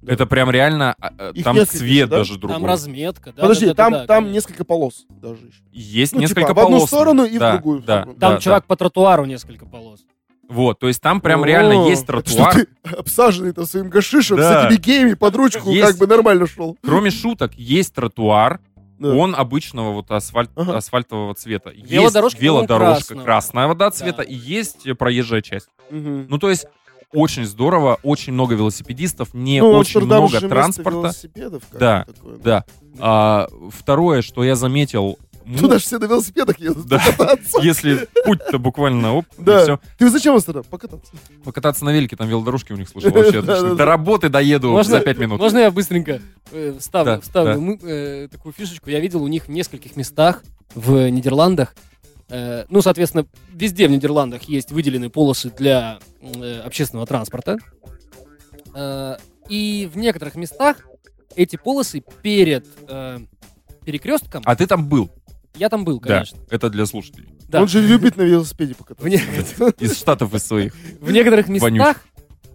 Это прям реально... а, а, Их Там несколько цвет еще, да? даже другой. Там разметка, да? Подожди, да-да-да-да, там, там конечно. несколько полос даже еще. Есть Ну, типа, несколько в одну полос. сторону и в Да, другую Да, сторону. Там да, чувак по тротуару несколько полос. да. Вот, то есть там прям О, реально есть это тротуар. Что ты обсаженный там своим гашишем, Да. с этими геями под ручку, Есть. как бы нормально шел. Кроме шуток, есть тротуар. Да. Он обычного вот асфальт, Ага. асфальтового цвета. Есть Велодорожка, ну, по-моему, велодорожка красного. красного да, цвета и есть э, проезжая часть. Ну, то есть очень здорово, очень много велосипедистов, не Ну, очень много транспорта. Да, да. Да. А, второе, что я заметил, м, Туда же все на велосипедах ездят Ну. Да. *laughs* покататься. если путь-то буквально оп, и Да. все. Ты зачем вас тогда покататься? Покататься на велике, там велодорожки у них, *laughs* слушай, вообще Да, отлично. да, До да. работы доеду Можно- за пять минут. Можно я быстренько э, вставлю, Ну, Да, вставлю да. мы- э, такую фишечку? Я видел у них в нескольких местах в Нидерландах. э, ну, соответственно, везде в Нидерландах есть выделенные полосы для э, общественного транспорта. Э, и в некоторых местах эти полосы перед э, перекрестком... А ты там был? Я там был, Да, конечно. это для слушателей. Да. Он же любит на велосипеде В, покататься. не- Из штатов из своих. в некоторых местах Вонюч.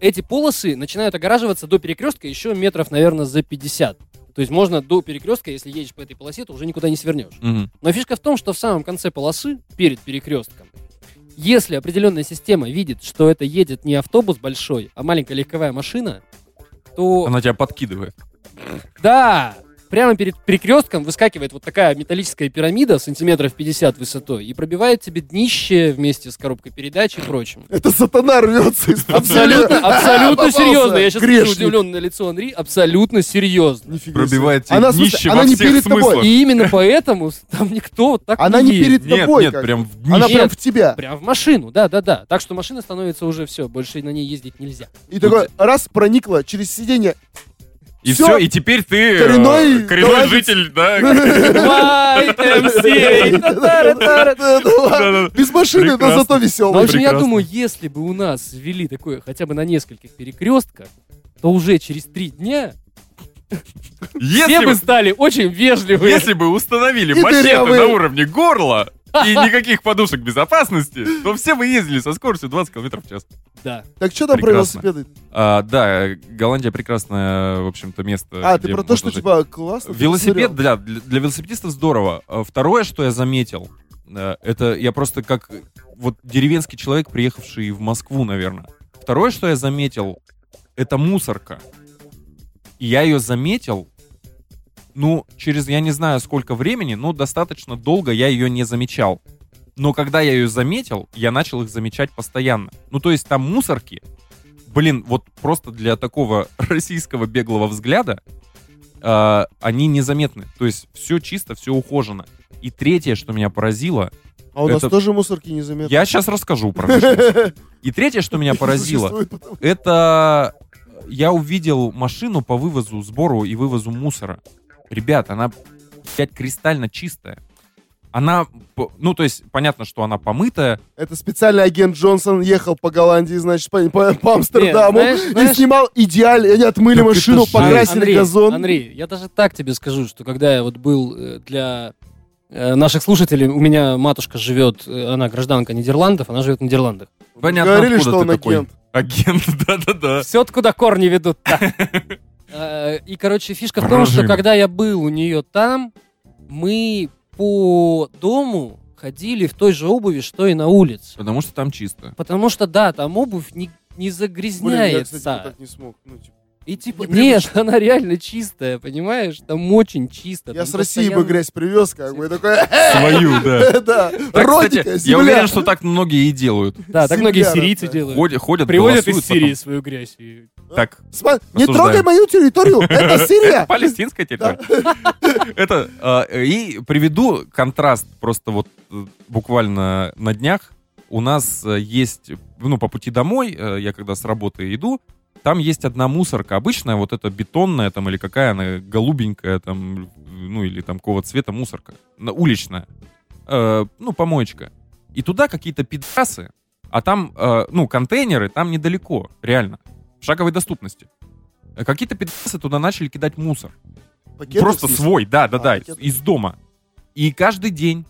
эти полосы начинают огораживаться до перекрестка еще метров, наверное, за 50. То есть можно до перекрестка, если едешь по этой полосе, то уже никуда не свернешь. Мгм. Но фишка в том, что в самом конце полосы, перед перекрестком, если определенная система видит, что это едет не автобус большой, а маленькая легковая машина, то Она тебя подкидывает. да, прямо перед перекрестком выскакивает вот такая металлическая пирамида сантиметров 50 высотой и пробивает тебе днище вместе с коробкой передач и прочим. Это сатана рвется из Абсолютно, абсолютно Попался, серьезно. Я сейчас вижу грешник. удивленное лицо Анри. Абсолютно серьезно. Нифига себе. Пробивает тебе Она, слушай, днище она во не всех перед тобой. смыслах. И именно поэтому там никто вот так Она не едет. перед Нет, тобой. нет, как прям бы. А в Она днище. прям в тебя. Прям в машину, да, да, да. Так что машина становится уже все, больше на ней *laughs* ездить нельзя. Ну, И такой раз проникла через *laughs* сиденье. И Всё. все, и теперь ты э, Коренной коренной голландец. житель, *laughs* да? White MC. Та-та-ра-та-ра. Да-да-да. Без машины, но Прекрасно. зато Ну, В веселый. общем, я прекрасно. думаю, если бы у нас ввели такое хотя бы на нескольких перекрестках, то уже через три дня все Если бы бы- стали очень вежливые. если бы установили И мачете дырявые. на уровне горла и никаких подушек безопасности, то все бы ездили со скоростью 20 км в час. Да. Так что там про Прекрасно. велосипеды? А, да, Голландия прекрасное, в общем-то, место. А, ты где про то, можно что жить. типа классно. ты посмотрел. Велосипед, да, для, для велосипедистов здорово. А Второе, что я заметил, э, это я просто как э, вот деревенский человек, приехавший в Москву, наверное. Второе, что я заметил, это мусорка. И я ее заметил, ну, через, я не знаю, сколько времени, но достаточно долго я ее не замечал. Но когда я ее заметил, я начал их замечать постоянно. Ну, то есть там мусорки, блин, вот просто для такого российского беглого взгляда, э, они незаметны. То есть все чисто, все ухожено. И третье, что меня поразило, А у нас Это- тоже мусорки незаметны. *laughs* я сейчас расскажу про машину. И третье, что меня Их не поразило, существует, потому- это э, я увидел машину по вывозу, сбору и вывозу мусора. Ребят, она, блядь, кристально чистая. Она, п- ну, то есть, понятно, что она помытая. Это специальный агент Джонсон ехал по Голландии, значит, по, по- по Амстердаму. знаешь, знаешь- И снимал идеально. Они отмыли Так это машину, же- покрасили Андрей, газон. Андрей, я даже так тебе скажу, что когда я вот был э, для э, наших слушателей, у меня матушка живет, э, она гражданка Нидерландов, она живет в Нидерландах. Понятно, Говорили, откуда что ты он такой. агент. Агент, *laughs* да-да-да. Все откуда корни ведут. *laughs* Э, И, короче, фишка в том, Прожим. что когда я был у нее там, мы по дому ходили в той же обуви, что и на улице. Потому что там чисто. Потому что, да, там обувь не, не Блин, я, кстати, загрязняется. вот так не смог. Ну, типа, И типа, нет, *laughs* непривычно. она реально чистая, понимаешь? Там очень чисто. Я там с России бы ну, постоянно- грязь привез, как бы, и *laughs* такой, Свою, да. *laughs* да, Так, кстати, родика, я земля. уверен, что так многие и делают. Да, так земля многие родная. сирийцы делают. Ходят, ходят Приводят из голосуют Сирии свою грязь. и- потом. Так, Сма- Не Осуждаю. трогай *laughs* мою территорию, это Сирия. Палестинская территория. *laughs* Это э, и приведу контраст просто вот э, буквально на днях. У нас э, есть, ну, по пути домой, э, я когда с работы иду, там есть одна мусорка, обычная вот эта бетонная там или какая она, голубенькая там, э, ну, или там какого цвета мусорка, на- уличная, Э, ну, помоечка. И туда какие-то пидасы, а там, э, ну, контейнеры, там недалеко, реально, в шаговой доступности. Э, Какие-то пидасы туда начали кидать мусор. Пакеты Просто в смысле? свой, да, да, А, да, пакеты. из дома. И каждый день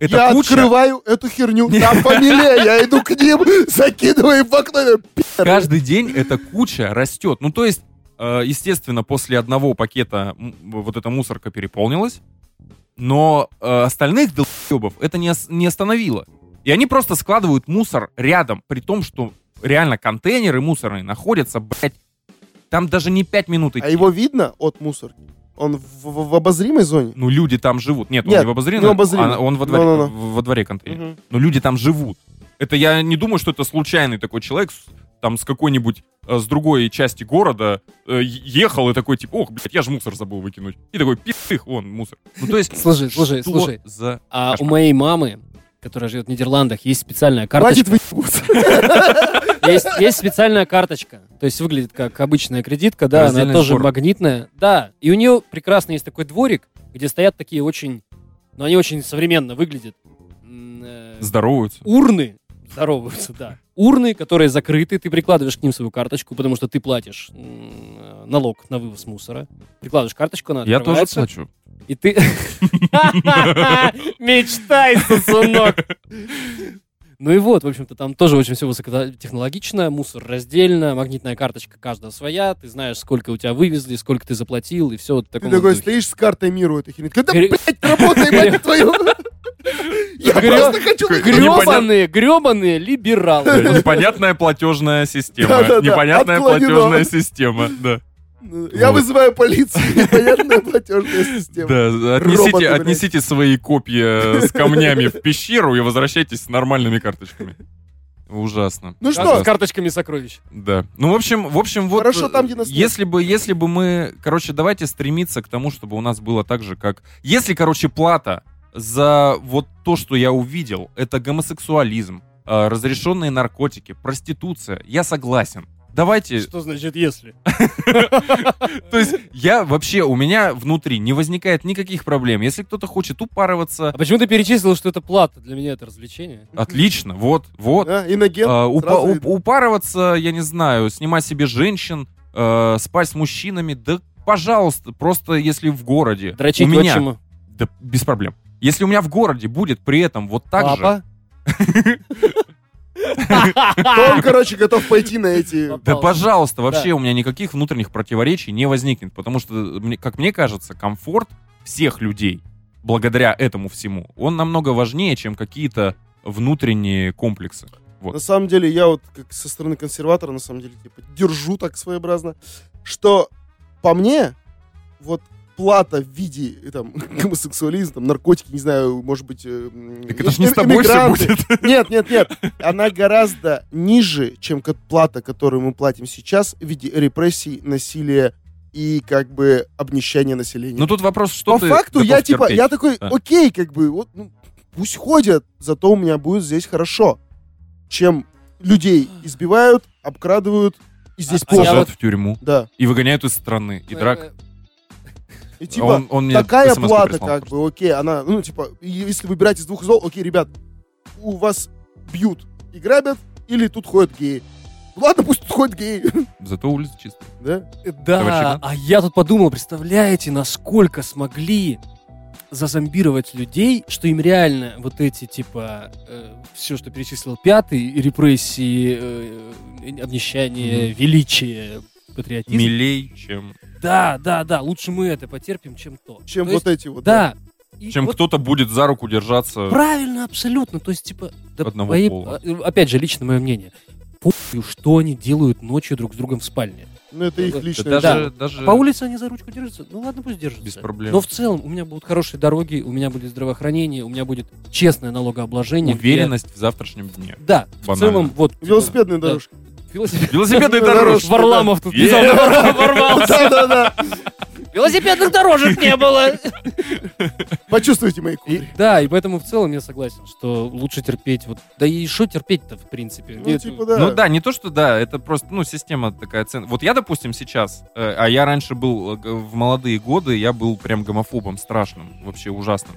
Это я куча. открываю эту херню, там фамилия, я иду к ним, *laughs* закидываю в окно. и пи***р. Каждый день эта куча растет. Ну, то есть, э, естественно, после одного пакета м, вот эта мусорка переполнилась, но э, остальных долбоебов это не, ос- не остановило. И они просто складывают мусор рядом, при том, что реально контейнеры мусорные находятся, блядь, там даже не 5 минут идти. А его видно от мусорки? Он в, в- в обозримой зоне? Ну, люди там живут. Нет, он Нет, ну, не в обозрении, не в обозрении. а он во дворе, Но-но-но. в- во дворе контейнер. ну, Мгм. но люди там живут. Это я не думаю, что это случайный такой человек с- там с какой-нибудь э, с другой части города э, е- ехал и такой типа, ох, блядь, я же мусор забыл выкинуть. И такой, пиздых, их, вон, мусор. Ну то *laughs* есть... Слушай, слушай, что слушай. за... А у Кошмар. моей мамы, которая живет в Нидерландах, есть специальная Хватит карточка. выебываться. Есть, есть специальная карточка. То есть выглядит как обычная кредитка, да, она Раздельный тоже сбор. магнитная. Да, и у нее прекрасно есть такой дворик, где стоят такие очень... Ну, они очень современно выглядят. М, э, Здороваются. Урны здороваются, да. Урны, которые закрыты, ты прикладываешь к ним свою карточку, потому что ты платишь м, э, налог на вывоз мусора. Прикладываешь карточку, она Я тоже открывается, плачу. и ты... *laughs* Мечтай, сосунок! Ну и вот, в общем-то, там тоже очень все высокотехнологично, мусор раздельно, магнитная карточка каждого своя, ты знаешь, сколько у тебя вывезли, сколько ты заплатил, и все вот в Ты таком такой вот духе. стоишь с картой миру, этой херни. Да, Гре- блядь, работай, мать твою. Я Гре- просто хочу... Ну, Гребаные, гребаные либералы. Э, Непонятная *laughs* платежная система. Да-да-да, Непонятная отклонено. платежная система. Да. Я Вот. вызываю *laughs* полицию. Непонятная платежная система. Да, Роботы, отнесите, блядь. отнесите свои копья э, с камнями в пещеру и возвращайтесь с нормальными карточками. Ужасно. Ну С что, карточками сокровищ. Да. Ну, в общем, в общем, вот... Хорошо, э, там, где нас нет. Если бы, если бы мы... Короче, давайте стремиться к тому, чтобы у нас было так же, как... Если, короче, плата за вот то, что я увидел, это гомосексуализм, э, разрешенные наркотики, проституция, я согласен. Давайте... Что значит если? То есть я вообще, у меня внутри не возникает никаких проблем. Если кто-то хочет упарываться, А почему ты перечислил, что это плата? Для меня это развлечение. отлично, вот, вот. а, иноген, А, упа- сразу уп- видно. упарываться, я не знаю, снимать себе женщин, э, спать с мужчинами, да пожалуйста, просто если в городе Дрочить у меня, отчима. да без проблем. Если у меня в городе будет при этом вот так же, Папа? То он, короче, готов пойти на *laughs* эти... да Пожалуйста. пожалуйста, вообще у меня никаких внутренних противоречий не возникнет, потому что, мне- как мне кажется, комфорт всех людей благодаря этому всему, он намного важнее, чем какие-то внутренние комплексы. На самом деле, я вот как со стороны консерватора, на самом деле, типа, держу так своеобразно, что по мне, вот плата в виде э, там, *laughs* гомосексуализма, там, наркотики, не знаю, может быть... э, м, Так это ж не с тобой все иммигранты. будет. *laughs* Нет, нет, нет. Она гораздо ниже, чем ко- плата, которую мы платим сейчас в виде репрессий, насилия и как бы обнищания населения. Ну тут вопрос, что По ты факту готов я типа, терпеть? я такой, Да. окей, как бы, вот, ну, пусть ходят, зато у меня будет здесь хорошо, чем людей избивают, обкрадывают и здесь А- а я плохо. Сажают вот- в тюрьму Да. и выгоняют из страны. И драк. И типа, он, он мне такая смс-ку плата, прислал как просто. бы, окей, она, ну, типа, и если выбирать из двух зол, окей, ребят, у вас бьют и грабят, или тут ходят геи. Ну, Ладно, пусть тут ходят геи, *laughs* Зато улица чистая. да? Да, Товарищи, да? а я тут подумал, представляете, насколько смогли зазомбировать людей, что им реально вот эти, типа, все, что перечислил пятый, репрессии, э, обнищание, величие, патриотизм. Милей, чем, Да, да, да, лучше мы это потерпим, чем то. Чем То вот есть, эти вот. Да. И чем вот кто-то будет за руку держаться. Правильно, абсолютно. То есть, типа, да Одного мои- пола. а, опять же, лично мое мнение. Похуй, что они делают ночью друг с другом в спальне. Ну, это их Да Да личное. даже, даже... По улице они за ручку держатся. Ну ладно, пусть держатся. Э. Без проблем. Но в целом у меня будут хорошие дороги, у меня будет здравоохранение, у меня будет честное налогообложение. где- Уверенность в завтрашнем дне. Да, в Банально. целом вот. типа, Велосипедные да. дорожки. Велосипед. Велосипедные *laughs* Ну, дорожки. дорожки. Варламов тут Е. внезапно вор- ворвался. Да-да-да. Велосипедных дорожек *laughs* не было. Почувствуйте мои И- кудри. да, и поэтому в целом я согласен, что лучше терпеть. Вот, да и что терпеть-то, в принципе? Ну, Нет, типа, да. Ну да, не то, что да, это просто, ну, система такая цен. Вот я, допустим, сейчас, э, а я раньше был э, г- в молодые годы, я был прям гомофобом страшным, вообще ужасным.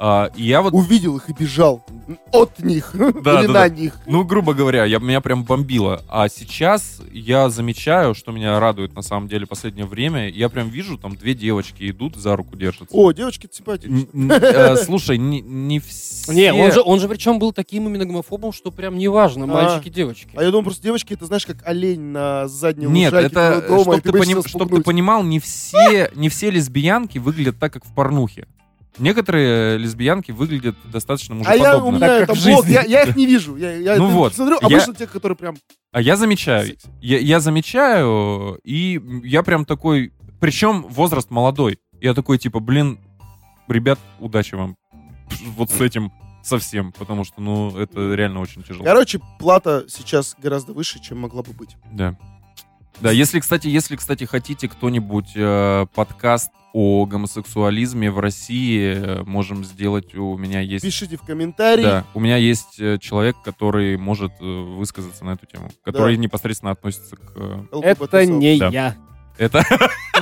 А, и я вот, Увидел их и бежал. От них. *laughs* Да, Или да, на да. них. ну, грубо говоря, я, меня прям бомбило. А сейчас я замечаю, что меня радует на самом деле последнее время. Я прям вижу, там две девочки идут, за руку держатся. О, девочки симпатичные. Н- н- э, Слушай, не, не все... Не, он же, он же причем был таким именно гомофобом, что прям неважно, А. мальчики, девочки. А я думал, просто девочки, это знаешь, как олень на заднем Нет, лужайке это, дома, и чтобы, ты ты боишься поним- его чтоб ты спугнуть. понимал, не все, не все лесбиянки выглядят так, как в порнухе. Некоторые лесбиянки выглядят достаточно А я, у мужеподобно. меня Так, как там в блок, жизни. я, я их не вижу. Я, я Ну это вот, смотрю, я- обычно те, которые прям... А я замечаю, секси. я, я замечаю, и я прям такой, причем возраст молодой. Я такой, типа, блин, ребят, удачи вам вот с этим совсем, потому что, ну, это реально очень тяжело. Короче, плата сейчас гораздо выше, чем могла бы быть. Да. Да, если, кстати, если, кстати, хотите кто-нибудь э, подкаст о гомосексуализме в России, э, можем сделать. У меня есть. Пишите в комментарии. Да, у меня есть э, человек, который может э, высказаться на эту тему, который непосредственно относится к. э, LGBT Это не Да. я. Это.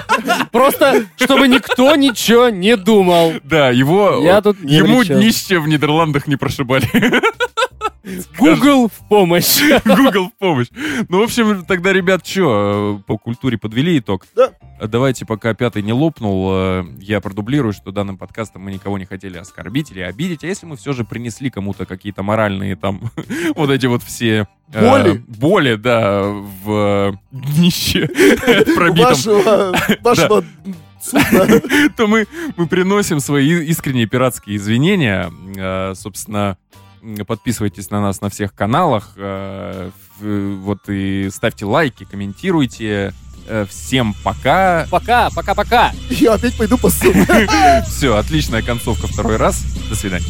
*laughs* Просто, чтобы никто ничего не думал. Да, его. Я тут не Ему при чём. днище в Нидерландах не прошибали. *laughs* Google в помощь. Google в помощь. Ну, в общем, тогда, ребят, что, по культуре подвели итог? Да. А Давайте, пока пятый не лопнул, э, я продублирую, что данным подкастом мы никого не хотели оскорбить или обидеть, а если мы все же принесли кому-то какие-то моральные там *laughs* вот эти вот все... э, Боли? Боли, да, в э, днище *laughs* пробитом *laughs* Вашего, вашего судна. *laughs* то мы, мы приносим свои искренние пиратские извинения. Э, собственно, м, подписывайтесь на нас на всех каналах. э, в- вот и ставьте лайки, комментируйте. Э, всем пока. Пока, пока-пока. Я опять пойду по суду. Все, отличная концовка второй раз. До свидания.